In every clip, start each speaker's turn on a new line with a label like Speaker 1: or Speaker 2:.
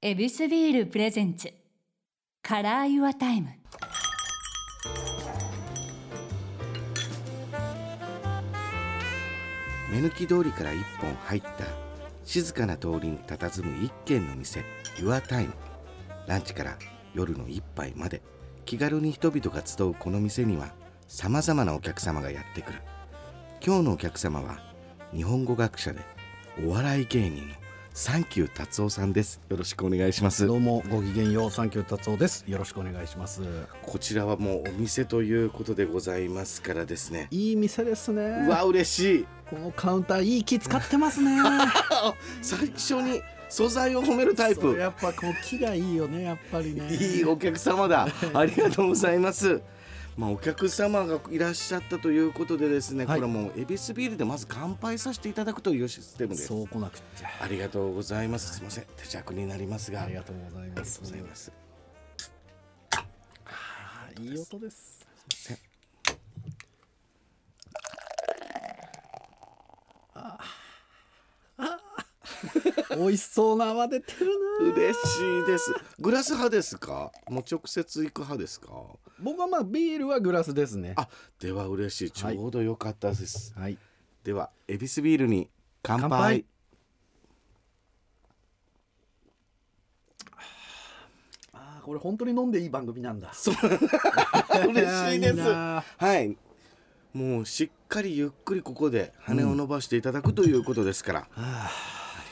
Speaker 1: エビスビールプレゼンツカラーユアタイム
Speaker 2: 目抜き通りから一本入った静かな通りに佇む一軒の店 YourTime ランチから夜の一杯まで気軽に人々が集うこの店にはさまざまなお客様がやってくる今日のお客様は日本語学者でお笑い芸人のサンキュー達夫さんですよろしくお願いします
Speaker 3: どうもごきげんようサンキュー達夫ですよろしくお願いします
Speaker 2: こちらはもうお店ということでございますからですね
Speaker 3: いい店ですね
Speaker 2: うわ嬉しい
Speaker 3: このカウンターいい木使ってますね
Speaker 2: 最初に素材を褒める タイ
Speaker 3: そう
Speaker 2: プ
Speaker 3: やっぱこう木がいいよねやっぱりね
Speaker 2: いいお客様だありがとうございますまあお客様がいらっしゃったということでですね、
Speaker 3: はい
Speaker 2: これはもう恵比寿ビールでまず乾杯させていただくというシステムです
Speaker 3: そう来なくっちゃ
Speaker 2: ありがとうございますすみません手酌になりますが
Speaker 3: ありがとうござ
Speaker 2: あ
Speaker 3: います
Speaker 2: りがとうございます
Speaker 3: あいい音です美味しそうな泡出てるな
Speaker 2: 嬉しいですグラス派ですかもう直接行く派ですか
Speaker 3: 僕はまあビールはグラスですね
Speaker 2: あでは嬉しいち
Speaker 3: はい
Speaker 2: ょうど良かったです、
Speaker 3: はい
Speaker 2: では恵比寿ビールに乾杯
Speaker 3: 乾杯あーこれ本当に飲んでいい番組なんだ
Speaker 2: そう 嬉しいです
Speaker 3: いやーいいなあ
Speaker 2: はいもうしっかりゆっくりここで羽を伸ばしていただくということですから、あ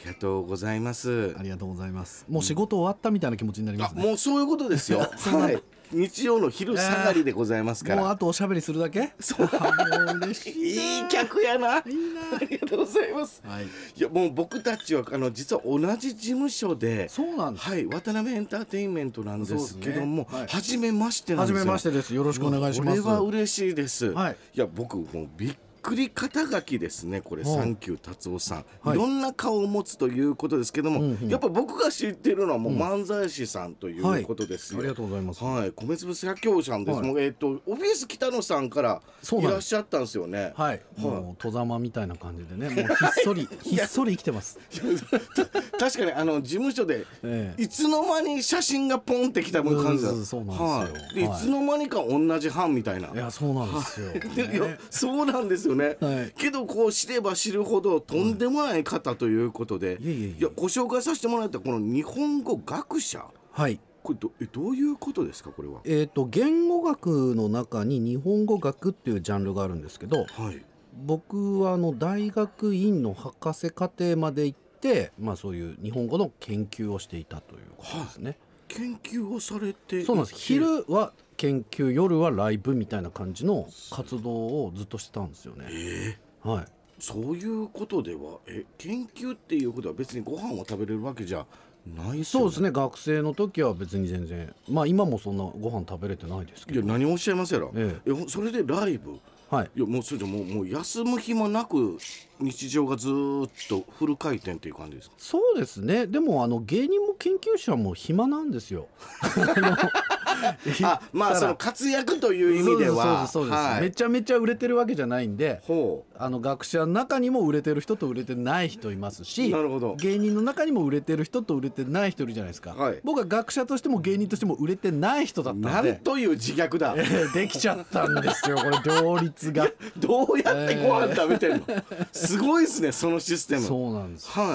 Speaker 2: りがとうございます
Speaker 3: ありがとうございますもう仕事終わったみたいな気持ちになりま
Speaker 2: あ
Speaker 3: すね
Speaker 2: もうそういうことですよはい日曜の昼下がりでございますか
Speaker 3: もう
Speaker 2: ら
Speaker 3: あとおしゃべりするだけ
Speaker 2: そう
Speaker 3: あもう嬉しい
Speaker 2: いい客やなありがとうございます
Speaker 3: はい
Speaker 2: いやもう僕たちはあの実は同じ事務所で
Speaker 3: そうなんです
Speaker 2: はい渡辺エンターテインメントなんですけども、
Speaker 3: そうですねはい
Speaker 2: 初めましてなん
Speaker 3: 初
Speaker 2: ですよ
Speaker 3: めましてですよろしくお願いします
Speaker 2: これは嬉しいです。
Speaker 3: はい
Speaker 2: い、や僕もうびっくり肩書きですねこれ
Speaker 3: はい
Speaker 2: サンキュー達夫さん、
Speaker 3: はい
Speaker 2: い、ろんな顔を持つということですけども、
Speaker 3: うんうん
Speaker 2: やっぱ僕が知っているのはもう漫才師さんということですよ。
Speaker 3: はいありがとうございます
Speaker 2: はい、米粒社協さんです。
Speaker 3: はい
Speaker 2: もうえっ、とオフィス北野さんから
Speaker 3: そう
Speaker 2: い
Speaker 3: なん
Speaker 2: ら
Speaker 3: で
Speaker 2: っ
Speaker 3: す
Speaker 2: しゃったんですよね。
Speaker 3: はい、もう戸ざまみたいな感じで ねもうひっそりひっそり生きてます
Speaker 2: 確かにあの事務所で、
Speaker 3: ええ
Speaker 2: いつの間に写真がポンってきた感じだ
Speaker 3: うんそうなんですよ
Speaker 2: はいでい
Speaker 3: はい
Speaker 2: つの間にか同じ班みたいない
Speaker 3: やそうなんです よ、
Speaker 2: でいやそうなんですよね、
Speaker 3: はい
Speaker 2: けどこう知れば知るほどとんでもない方ということで、
Speaker 3: いやいやいや
Speaker 2: ご紹介させてもらったこの日本語学者
Speaker 3: はい
Speaker 2: これどえどういうことですかこれは
Speaker 3: えー、と言語学の中に日本語学っていうジャンルがあるんですけど
Speaker 2: はい
Speaker 3: 僕はあの大学院の博士課程まで行って、まあ、そういう日本語の研究をしていたということですね。
Speaker 2: 研究をされて
Speaker 3: そうなんです昼は研究夜はライブみたいな感じの活動をずっとしてたんですよね。
Speaker 2: え
Speaker 3: はい、
Speaker 2: そういうことではえ研究っていうことは別にご飯を食べれるわけじゃないっ
Speaker 3: そうです
Speaker 2: ね
Speaker 3: ね学生の時は別に全然まあ今もそんなご飯食べれてないですけ
Speaker 2: いや
Speaker 3: ど、
Speaker 2: 何をおっしゃいますやら、
Speaker 3: え
Speaker 2: えほそれでライブ
Speaker 3: はい、
Speaker 2: いやもうそれじゃもうもう休む暇なく日常がずーっとフル回転っていう感じですか
Speaker 3: そうですねでもあの芸人も研究者も暇なんですよ。
Speaker 2: あまあその活躍という意味では
Speaker 3: そうですそうですそうです、
Speaker 2: は
Speaker 3: め
Speaker 2: い、
Speaker 3: ちゃめちゃ売れてるわけじゃないんで
Speaker 2: ほ
Speaker 3: あの学者の中にも売れてる人と売れてない人いますし
Speaker 2: なるほど
Speaker 3: 芸人の中にも売れてる人と売れてない人いるじゃないですか、
Speaker 2: はい
Speaker 3: 僕は学者としても芸人としても売れてない人だっ
Speaker 2: う
Speaker 3: た
Speaker 2: な
Speaker 3: の
Speaker 2: ん
Speaker 3: で、
Speaker 2: という自虐だ
Speaker 3: えーできちゃったんですよこれ両立が
Speaker 2: どうやってご飯食べてるの、すごいですねそのシステム
Speaker 3: そうなんですよ、
Speaker 2: は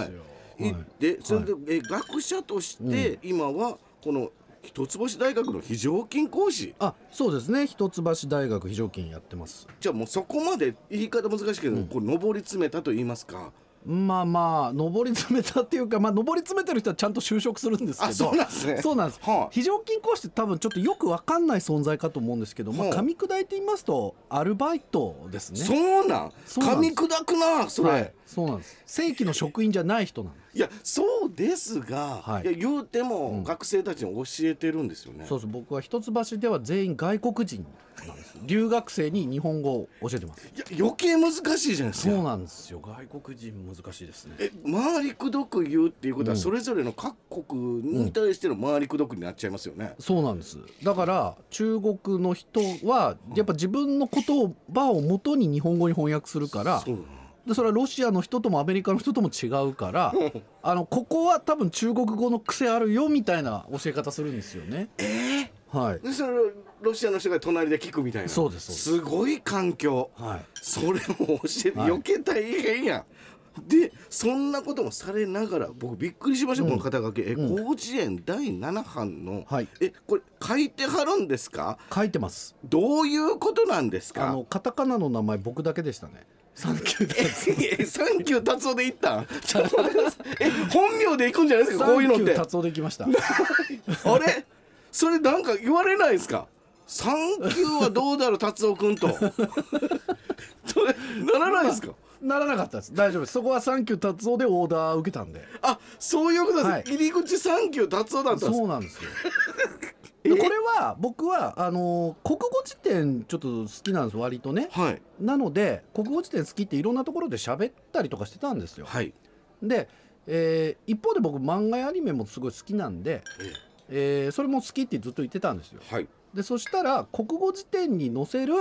Speaker 2: い、
Speaker 3: はい
Speaker 2: いでそれで、え学者として今はこの一橋大学の非常勤講師
Speaker 3: あそうですね一橋大学非常勤やってます
Speaker 2: じゃあもうそこまで言い方難しいけど、こう上り詰めたと言いますか
Speaker 3: まあまあ上り詰めたっていうかまあ上り詰めてる人はちゃんと就職するんですけど
Speaker 2: あそうなんですね
Speaker 3: そうなんです
Speaker 2: はあ
Speaker 3: 非常勤講師って多分ちょっとよくわかんない存在かと思うんですけど、まあ、
Speaker 2: はあ
Speaker 3: 噛み砕いて言いますとアルバイトですね
Speaker 2: そうなん
Speaker 3: そうなん
Speaker 2: 噛
Speaker 3: で
Speaker 2: み
Speaker 3: す
Speaker 2: 砕くなそれ、
Speaker 3: はい、そうなんです正規の職員じゃない人なんで
Speaker 2: いやそうですが、
Speaker 3: はい
Speaker 2: いや言うても学生たちに教えてるんですよね。
Speaker 3: すそうそう僕は一橋では全員外国人なんです留学生に日本語を教えてます
Speaker 2: いや余計難しいじゃないです
Speaker 3: そう
Speaker 2: か。
Speaker 3: なんですよ外国人難しいですね
Speaker 2: え回りくどく言うっていうことは、
Speaker 3: うん
Speaker 2: それぞれの各国に対しての回りくどくになっちゃいますよね。
Speaker 3: そうなんですだから中国の人はやっぱ自分の言葉を元に日本語に翻訳するから
Speaker 2: そう
Speaker 3: でそれはロシアの人ともアメリカの人とも違う からあのここは多分中国語の癖あるよみたいな教え方するんですよね。はい
Speaker 2: でそれをロシアの人が隣で聞くみたいな
Speaker 3: そうですそ
Speaker 2: すごい環境
Speaker 3: はい
Speaker 2: それを教えて
Speaker 3: はい
Speaker 2: 余計大変やん、でそんなこともされながら僕びっくりしました、この肩書きえ、
Speaker 3: うん
Speaker 2: 広辞苑第7版の、
Speaker 3: はい
Speaker 2: えこれ書いてはるんですか
Speaker 3: 書いてます。
Speaker 2: どういうことなんです
Speaker 3: あ
Speaker 2: か
Speaker 3: のカタカナの名前僕だけでしたね。サンキュー
Speaker 2: え
Speaker 3: だ
Speaker 2: えサンキュー達夫で行った んちょっと待ってくださいえ本名で行くんじゃないですかこういうのっ
Speaker 3: サンキ
Speaker 2: て
Speaker 3: ュー達夫できました。
Speaker 2: あれそれなんか言われないですかサンキューはどうだろう達夫君とそれならないですか
Speaker 3: ならなかったです。大丈夫です。そこはサンキュー達夫でオーダー受けたんで。
Speaker 2: あそういうことです、
Speaker 3: はい
Speaker 2: 入り口サンキュー達夫だったんです
Speaker 3: そうなんですよ。 でこれは僕はあの国語辞典ちょっと好きなんです割とね。
Speaker 2: はい
Speaker 3: なので国語辞典好きっていろんなところで喋ったりとかしてたんですよ。
Speaker 2: はい
Speaker 3: で、えー一方で僕漫画やアニメもすごい好きなんで、えーそれも好きってずっと言ってたんですよ。
Speaker 2: はい
Speaker 3: でそしたら国語辞典に載せる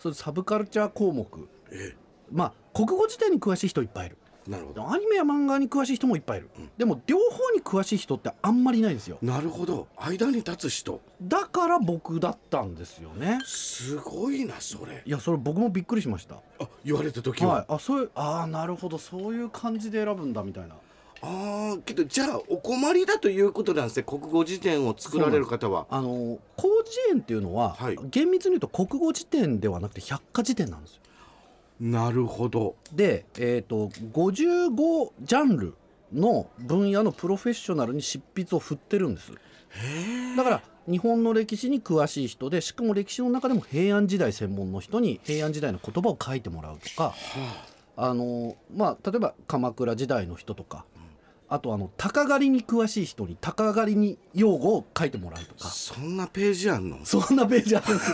Speaker 3: そういうサブカルチャー項目
Speaker 2: え
Speaker 3: まあ国語辞典に詳しい人いっぱいいる
Speaker 2: なるほど
Speaker 3: アニメや漫画に詳しい人もいっぱいいる、
Speaker 2: うん
Speaker 3: でも両方に詳しい人ってあんまりいないんですよ
Speaker 2: なるほど間に立つ人
Speaker 3: だから僕だったんですよね
Speaker 2: すごいなそれ
Speaker 3: いやそれ僕もびっくりしました
Speaker 2: あ言われた時は、
Speaker 3: はいあそういうああなるほどそういう感じで選ぶんだみたいな
Speaker 2: ああけどじゃあお困りだということなんですね国語辞典を作られる方は
Speaker 3: あの広辞苑っていうのは、
Speaker 2: はい
Speaker 3: 厳密に言うと国語辞典ではなくて百科辞典なんですよ
Speaker 2: なるほど
Speaker 3: で、えー、と55ジャンルの分野のプロフェッショナルに執筆を振ってるんですだから日本の歴史に詳しい人でしかも歴史の中でも平安時代専門の人に平安時代の言葉を書いてもらうとかあの、まあ、例えば鎌倉時代の人とかあとあの鷹狩りに詳しい人に鷹狩りに用語を書いてもらうとか
Speaker 2: そんなページあん の
Speaker 3: そんなページあるんで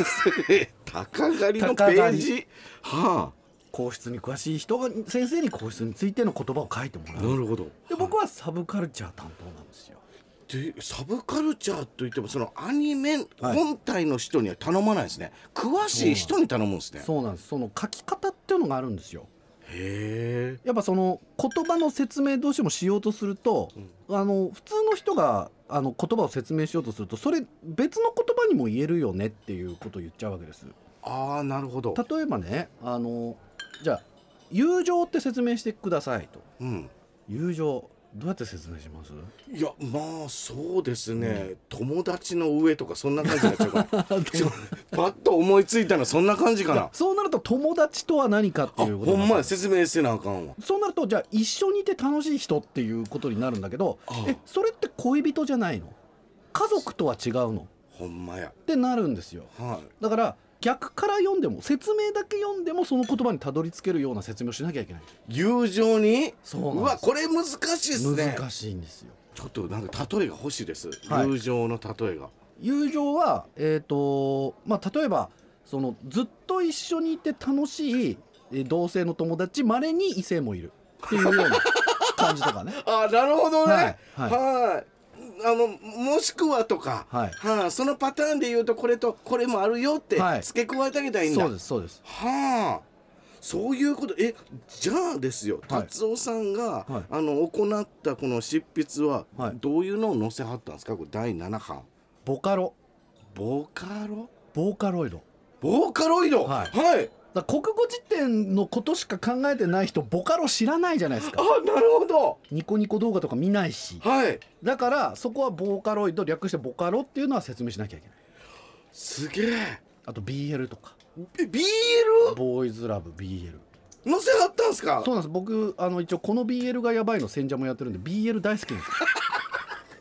Speaker 3: すよ
Speaker 2: 高狩りのペ
Speaker 3: 鷹狩り
Speaker 2: ージは
Speaker 3: 皇室に詳しい人が先生に皇室についての言葉を書いても
Speaker 2: あ
Speaker 3: ら
Speaker 2: な
Speaker 3: う
Speaker 2: るほど
Speaker 3: で僕はサブカルチャー担当なんですよ。
Speaker 2: でサブカルチャーといってもそのアニメ
Speaker 3: はい
Speaker 2: 本体の人には頼まないですね、詳しい人に頼むんですね
Speaker 3: そうなんです。その書き方っていうのがあるんですよ。
Speaker 2: へえ
Speaker 3: やっぱその言葉の説明どうしてもしようとすると、あの普通の人があの言葉を説明しようとすると、それ別の言葉にも言えるよねっていうことを言っちゃうわけです。
Speaker 2: ああなるほど
Speaker 3: 例えばね、あのじゃあ友情って説明してくださいと。
Speaker 2: うん
Speaker 3: 友情どうやって説明します？
Speaker 2: いやまあそうですね、友達の上とかそんな感じになっちゃうか なちょパッと思いついたのはそんな感じかな
Speaker 3: そうなると友達とは何かって
Speaker 2: あ
Speaker 3: いうこと
Speaker 2: ほ
Speaker 3: になっ
Speaker 2: ん
Speaker 3: て
Speaker 2: まや説明せなあかんわ
Speaker 3: そうなるとじゃあ一緒にいて楽しい人っていうことになるんだけど
Speaker 2: ああ
Speaker 3: えそれって恋人じゃないの家族とは違うの
Speaker 2: ほんまや
Speaker 3: ってなるんですよ
Speaker 2: はい
Speaker 3: だから逆から読んでも説明だけ読んでもその言葉にたどり着けるような説明をしなきゃいけない
Speaker 2: 友情に
Speaker 3: そうなん
Speaker 2: わ
Speaker 3: です
Speaker 2: これ難しいですね
Speaker 3: 難しいんですよ
Speaker 2: ちょっとなんか例えが欲しいです、
Speaker 3: はい
Speaker 2: 友情の例えが
Speaker 3: 友情はえっ、とまあ例えばそのずっと一緒にいて楽しいえー同性の友達まれに異性もいるっていうような感じとかね
Speaker 2: あなるほどね
Speaker 3: はいはい
Speaker 2: はいあのもしくはとか、
Speaker 3: はい
Speaker 2: あそのパターンで言うとこれとこれもあるよって
Speaker 3: はい
Speaker 2: 付け加えてあげ たいんだ、
Speaker 3: そうですそうです
Speaker 2: はあそういうことえじゃあですよ
Speaker 3: はい
Speaker 2: 達夫さんが、
Speaker 3: はい
Speaker 2: あの行ったこの執筆は、
Speaker 3: はい
Speaker 2: どういうのを載せはったんですかこれ第7版
Speaker 3: ボカロ
Speaker 2: ボカロ
Speaker 3: ボーカロイド
Speaker 2: ボーカロイド
Speaker 3: はい
Speaker 2: はい、
Speaker 3: だから国語辞典のことしか考えてない人ボカロ知らないじゃないです
Speaker 2: あ
Speaker 3: か
Speaker 2: なるほど
Speaker 3: ニコニコ動画とか見ないし
Speaker 2: はい
Speaker 3: だからそこはボーカロイド略してボカロっていうのは説明しなきゃいけない
Speaker 2: すげえ
Speaker 3: あと BL とか
Speaker 2: え BL
Speaker 3: ボーイズラブ BL
Speaker 2: 載せはったんですか
Speaker 3: そうなんです僕あの一応この BL がやばいの選者もやってるんで BL 大好きなん です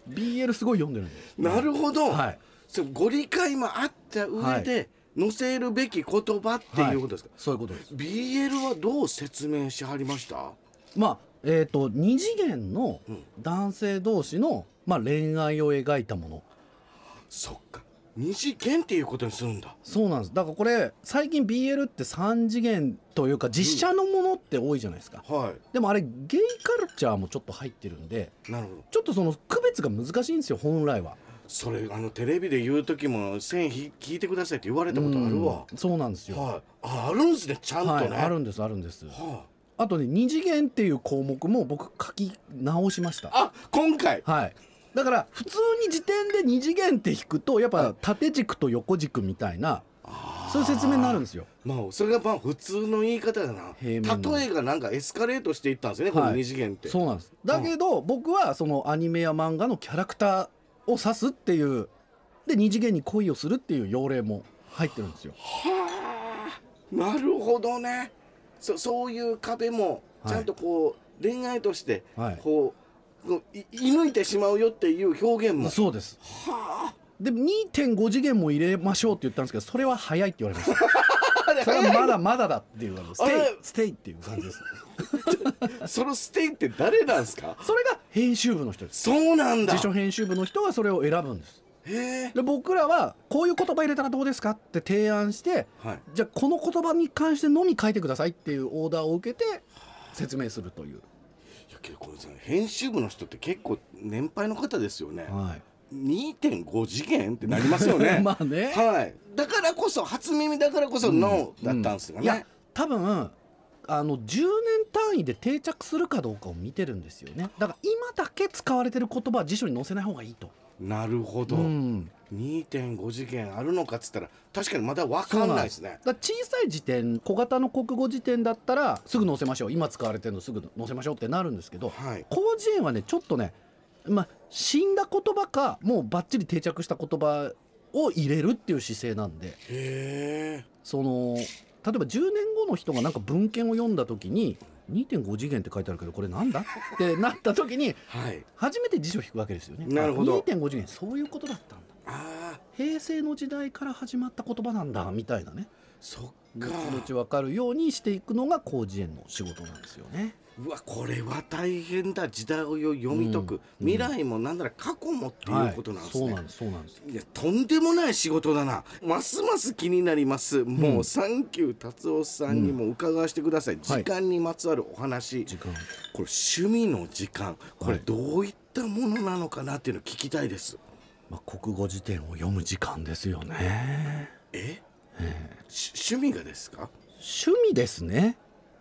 Speaker 3: BL すごい読んでるんで
Speaker 2: なるほど、
Speaker 3: はい
Speaker 2: そうご理解もあった上で載せるべき言葉っていうことですか、
Speaker 3: そういうことです
Speaker 2: BL はどう説明しはりました
Speaker 3: まあえっ、と二次元の
Speaker 2: うん
Speaker 3: 男性同士の、まあ、恋愛を描いたもの
Speaker 2: そっか二次元っていうことにするんだ
Speaker 3: そうなんですだからこれ最近 BL って3次元というか実写のものって多いじゃないですか、
Speaker 2: は
Speaker 3: でもあれゲイカルチャーもちょっと入ってるんで
Speaker 2: いなるほど
Speaker 3: ちょっとその区別が難しいんですよ本来は
Speaker 2: それあのテレビで言う時も「線引聞いてください」って言われたことあるわ
Speaker 3: うんそうなんですよ
Speaker 2: はいああるんすねちゃんとね、
Speaker 3: はいあるんですあるんです
Speaker 2: は
Speaker 3: あとね二次元っていう項目も僕書き直しました
Speaker 2: あ今回
Speaker 3: はいだから普通に時点で二次元って引くとやっぱ縦軸と横軸みたいなそういう説明になるんですよ
Speaker 2: まあそれがまあ普通の言い方だな例え
Speaker 3: 平面の
Speaker 2: がなんかエスカレートしていったんですよね、こ
Speaker 3: は
Speaker 2: の
Speaker 3: い
Speaker 2: 二次元って
Speaker 3: そうなんですだけど、僕はそのアニメや漫画のキャラクターを指すっていうで二次元に恋をするっていう要領も入ってるんですよ
Speaker 2: はあなるほどねそそういう壁も
Speaker 3: はい
Speaker 2: ちゃんとこう、恋愛として
Speaker 3: はい
Speaker 2: こう、こうい射抜いてしまうよっていう表現も
Speaker 3: そうです
Speaker 2: は
Speaker 3: で2.5次元も入れましょうって言ったんですけどそれは早いって言われま したそれはまだまだだっていうあのス
Speaker 2: あ
Speaker 3: テ
Speaker 2: れ
Speaker 3: イステイっていう感じです
Speaker 2: あそのステイって誰なんですか
Speaker 3: それが編集部の人です
Speaker 2: そうなんだ
Speaker 3: 辞書編集部の人がそれを選ぶんです
Speaker 2: へえ
Speaker 3: で僕らはこういう言葉入れたらどうですかって提案して
Speaker 2: はい
Speaker 3: じゃあこの言葉に関してのみ書いてくださいっていうオーダーを受けて説明するという、
Speaker 2: いやけどこれさ編集部の人って結構年配の方ですよね、
Speaker 3: はい、
Speaker 2: 2.5次元ってなりますよね
Speaker 3: まあね
Speaker 2: はいだからこそ初耳だからこそノーだったんですよ
Speaker 3: いや
Speaker 2: ね、
Speaker 3: 多分あの10年単位で定着するかどうかを見てるんですよねだから今だけ使われてる言葉は辞書に載せない方がいいと、
Speaker 2: なるほど、
Speaker 3: うん
Speaker 2: 2.5次元あるのかっつったら確かにまだ分
Speaker 3: そう
Speaker 2: かん
Speaker 3: ん
Speaker 2: ないですね
Speaker 3: だから小さい辞典小型の国語辞典だったらすぐ載せましょう今使われてるのすぐ載せましょうってなるんですけど
Speaker 2: はい
Speaker 3: 広辞苑はねちょっとねまあ死んだ言葉かもうばっちり定着した言葉を入れるっていう姿勢なんで
Speaker 2: へえ
Speaker 3: その例えば10年後の人がなんか文献を読んだ時に2.5次元って書いてあるけどこれなんだってなった時に
Speaker 2: はい
Speaker 3: 初めて辞書引くわけですよね。
Speaker 2: なるほど
Speaker 3: あ2.5次元そういうことだったんだ
Speaker 2: ああ
Speaker 3: 平成の時代から始まった言葉なんだみたいなね
Speaker 2: そっ
Speaker 3: 後
Speaker 2: か
Speaker 3: 々分かるようにしていくのが広辞苑の仕事なんですよね。
Speaker 2: うわこれは大変だ時代を読み解く、
Speaker 3: うん
Speaker 2: 未来もなんなら過去もっていうことなんですね、
Speaker 3: はいそうなんですそうなんです
Speaker 2: いやとんでもない仕事だなますます気になりますもう、サンキュー達夫さんにも伺わせてください、時間にまつわるお話、
Speaker 3: 時間
Speaker 2: これ趣味の時間こ
Speaker 3: は
Speaker 2: れ
Speaker 3: い
Speaker 2: どういったものなのかなっていうのを聞きたいです
Speaker 3: まあ、国語辞典を読む時間ですよね。
Speaker 2: えし趣味がですか
Speaker 3: 趣味ですね。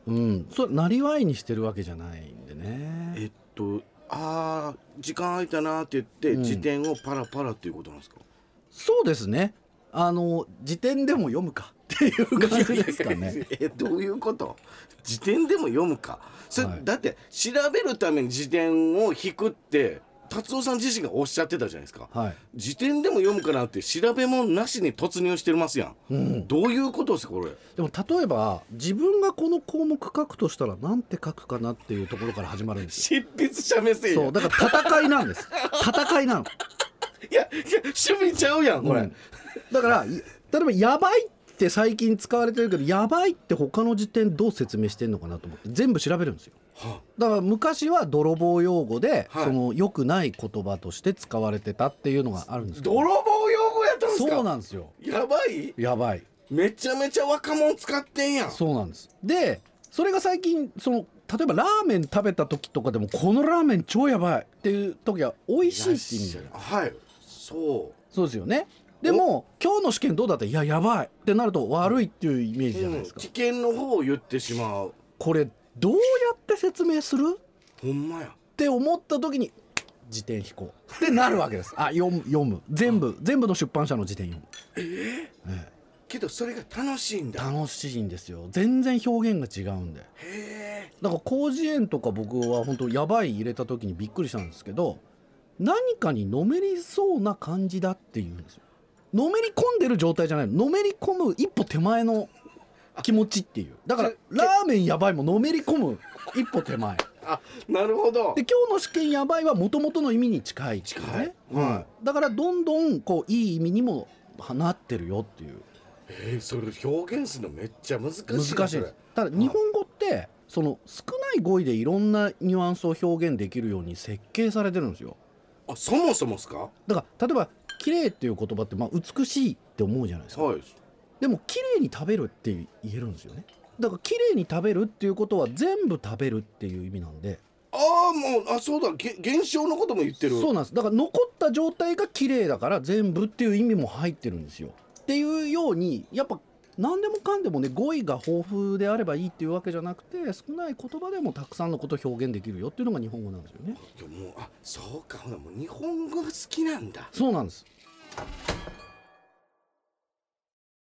Speaker 3: うん、それなりわいにしてるわけじゃないんでね。
Speaker 2: えっとあー時間空いたなって言って、
Speaker 3: うん
Speaker 2: 辞典をパラパラっていうことなんですか
Speaker 3: そうですね。あの辞典でも読むかっていう感じですか ね。
Speaker 2: えどういうこと辞典でも読むかそれ、
Speaker 3: はい
Speaker 2: だって調べるために辞典を引くって達夫さん自身がおっしゃってたじゃないですか
Speaker 3: はい。
Speaker 2: 辞典でも読むかなって調べ物なしに突入してますやん、
Speaker 3: うん
Speaker 2: どういうことですかこれ
Speaker 3: でも例えば自分がこの項目書くとしたらなんて書くかなっていうところから始まるんですよ。
Speaker 2: 執筆者目線や
Speaker 3: そうだから 戦いなん です。戦いなの。
Speaker 2: いやいや趣味ちゃうやんこれ、
Speaker 3: うんだからい例えば「やばい」って最近使われてるけど「やばい」って他の辞典どう説明してんのかなと思って全部調べるんですよ
Speaker 2: は
Speaker 3: だから昔は泥棒用語で、
Speaker 2: はい
Speaker 3: その良くない言葉として使われてたっていうのがあるんですけど
Speaker 2: 泥棒用語やったんですか
Speaker 3: そうなんですよ
Speaker 2: やばい
Speaker 3: やばい
Speaker 2: めちゃめちゃ若者使ってんやん
Speaker 3: そうなんですでそれが最近その例えばラーメン食べた時とかでもこのラーメン超やばいっていう時は美味しいって意味じゃない
Speaker 2: はいそ
Speaker 3: そうですよねでも今日の試験どうだったいややばいってなると悪いっていうイメー
Speaker 2: う
Speaker 3: ジじゃないですか、
Speaker 2: うん危険の方を言ってしまう
Speaker 3: これどうやって説明するっ
Speaker 2: ほんまや
Speaker 3: て思った時に辞典飛行ってなるわけですあ読む読む全部全部の出版社の辞典読む
Speaker 2: けどそれが楽しいんだ
Speaker 3: 楽しいんですよ全然表現が違うんで
Speaker 2: へえ
Speaker 3: だから広辞苑とか僕は本当やばい入れた時にびっくりしたんですけど何かにのめりそうな感じだっていうんですよのめり込んでる状態じゃないのめり込む一歩手前の気持ちっていうだから
Speaker 2: ちょ
Speaker 3: ラーメンやばいものめり込む一歩手前
Speaker 2: あなるほど
Speaker 3: で今日の試験やばいはもともとの意味に近いってう
Speaker 2: 近い
Speaker 3: ね、
Speaker 2: は
Speaker 3: だからどんどんこういい意味にもなってるよっていう
Speaker 2: えー、それ表現するのめっちゃ難しいな
Speaker 3: 難しいで
Speaker 2: それ
Speaker 3: すただ日本語ってその少ない語彙でいろんなニュアンスを表現できるように設計されてるんですよ
Speaker 2: あそもそもですか
Speaker 3: だから例えば「綺麗っていう言葉ってまあ美しいって思うじゃないですか
Speaker 2: はい
Speaker 3: でも綺麗に食べるって言えるんですよねだから綺麗に食べるっていうことは全部食べるっていう意味なんで
Speaker 2: ああもうあそうだげ現象のことも言ってる
Speaker 3: そうなんですだから残った状態が綺麗だから全部っていう意味も入ってるんですよっていうようにやっぱ何でもかんでもね語彙が豊富であればいいっていうわけじゃなくて少ない言葉でもたくさんのことを表現できるよっていうのが日本語なんですよね
Speaker 2: いやもうあそうかほなもう日本語が好きなんだ
Speaker 3: そうなんです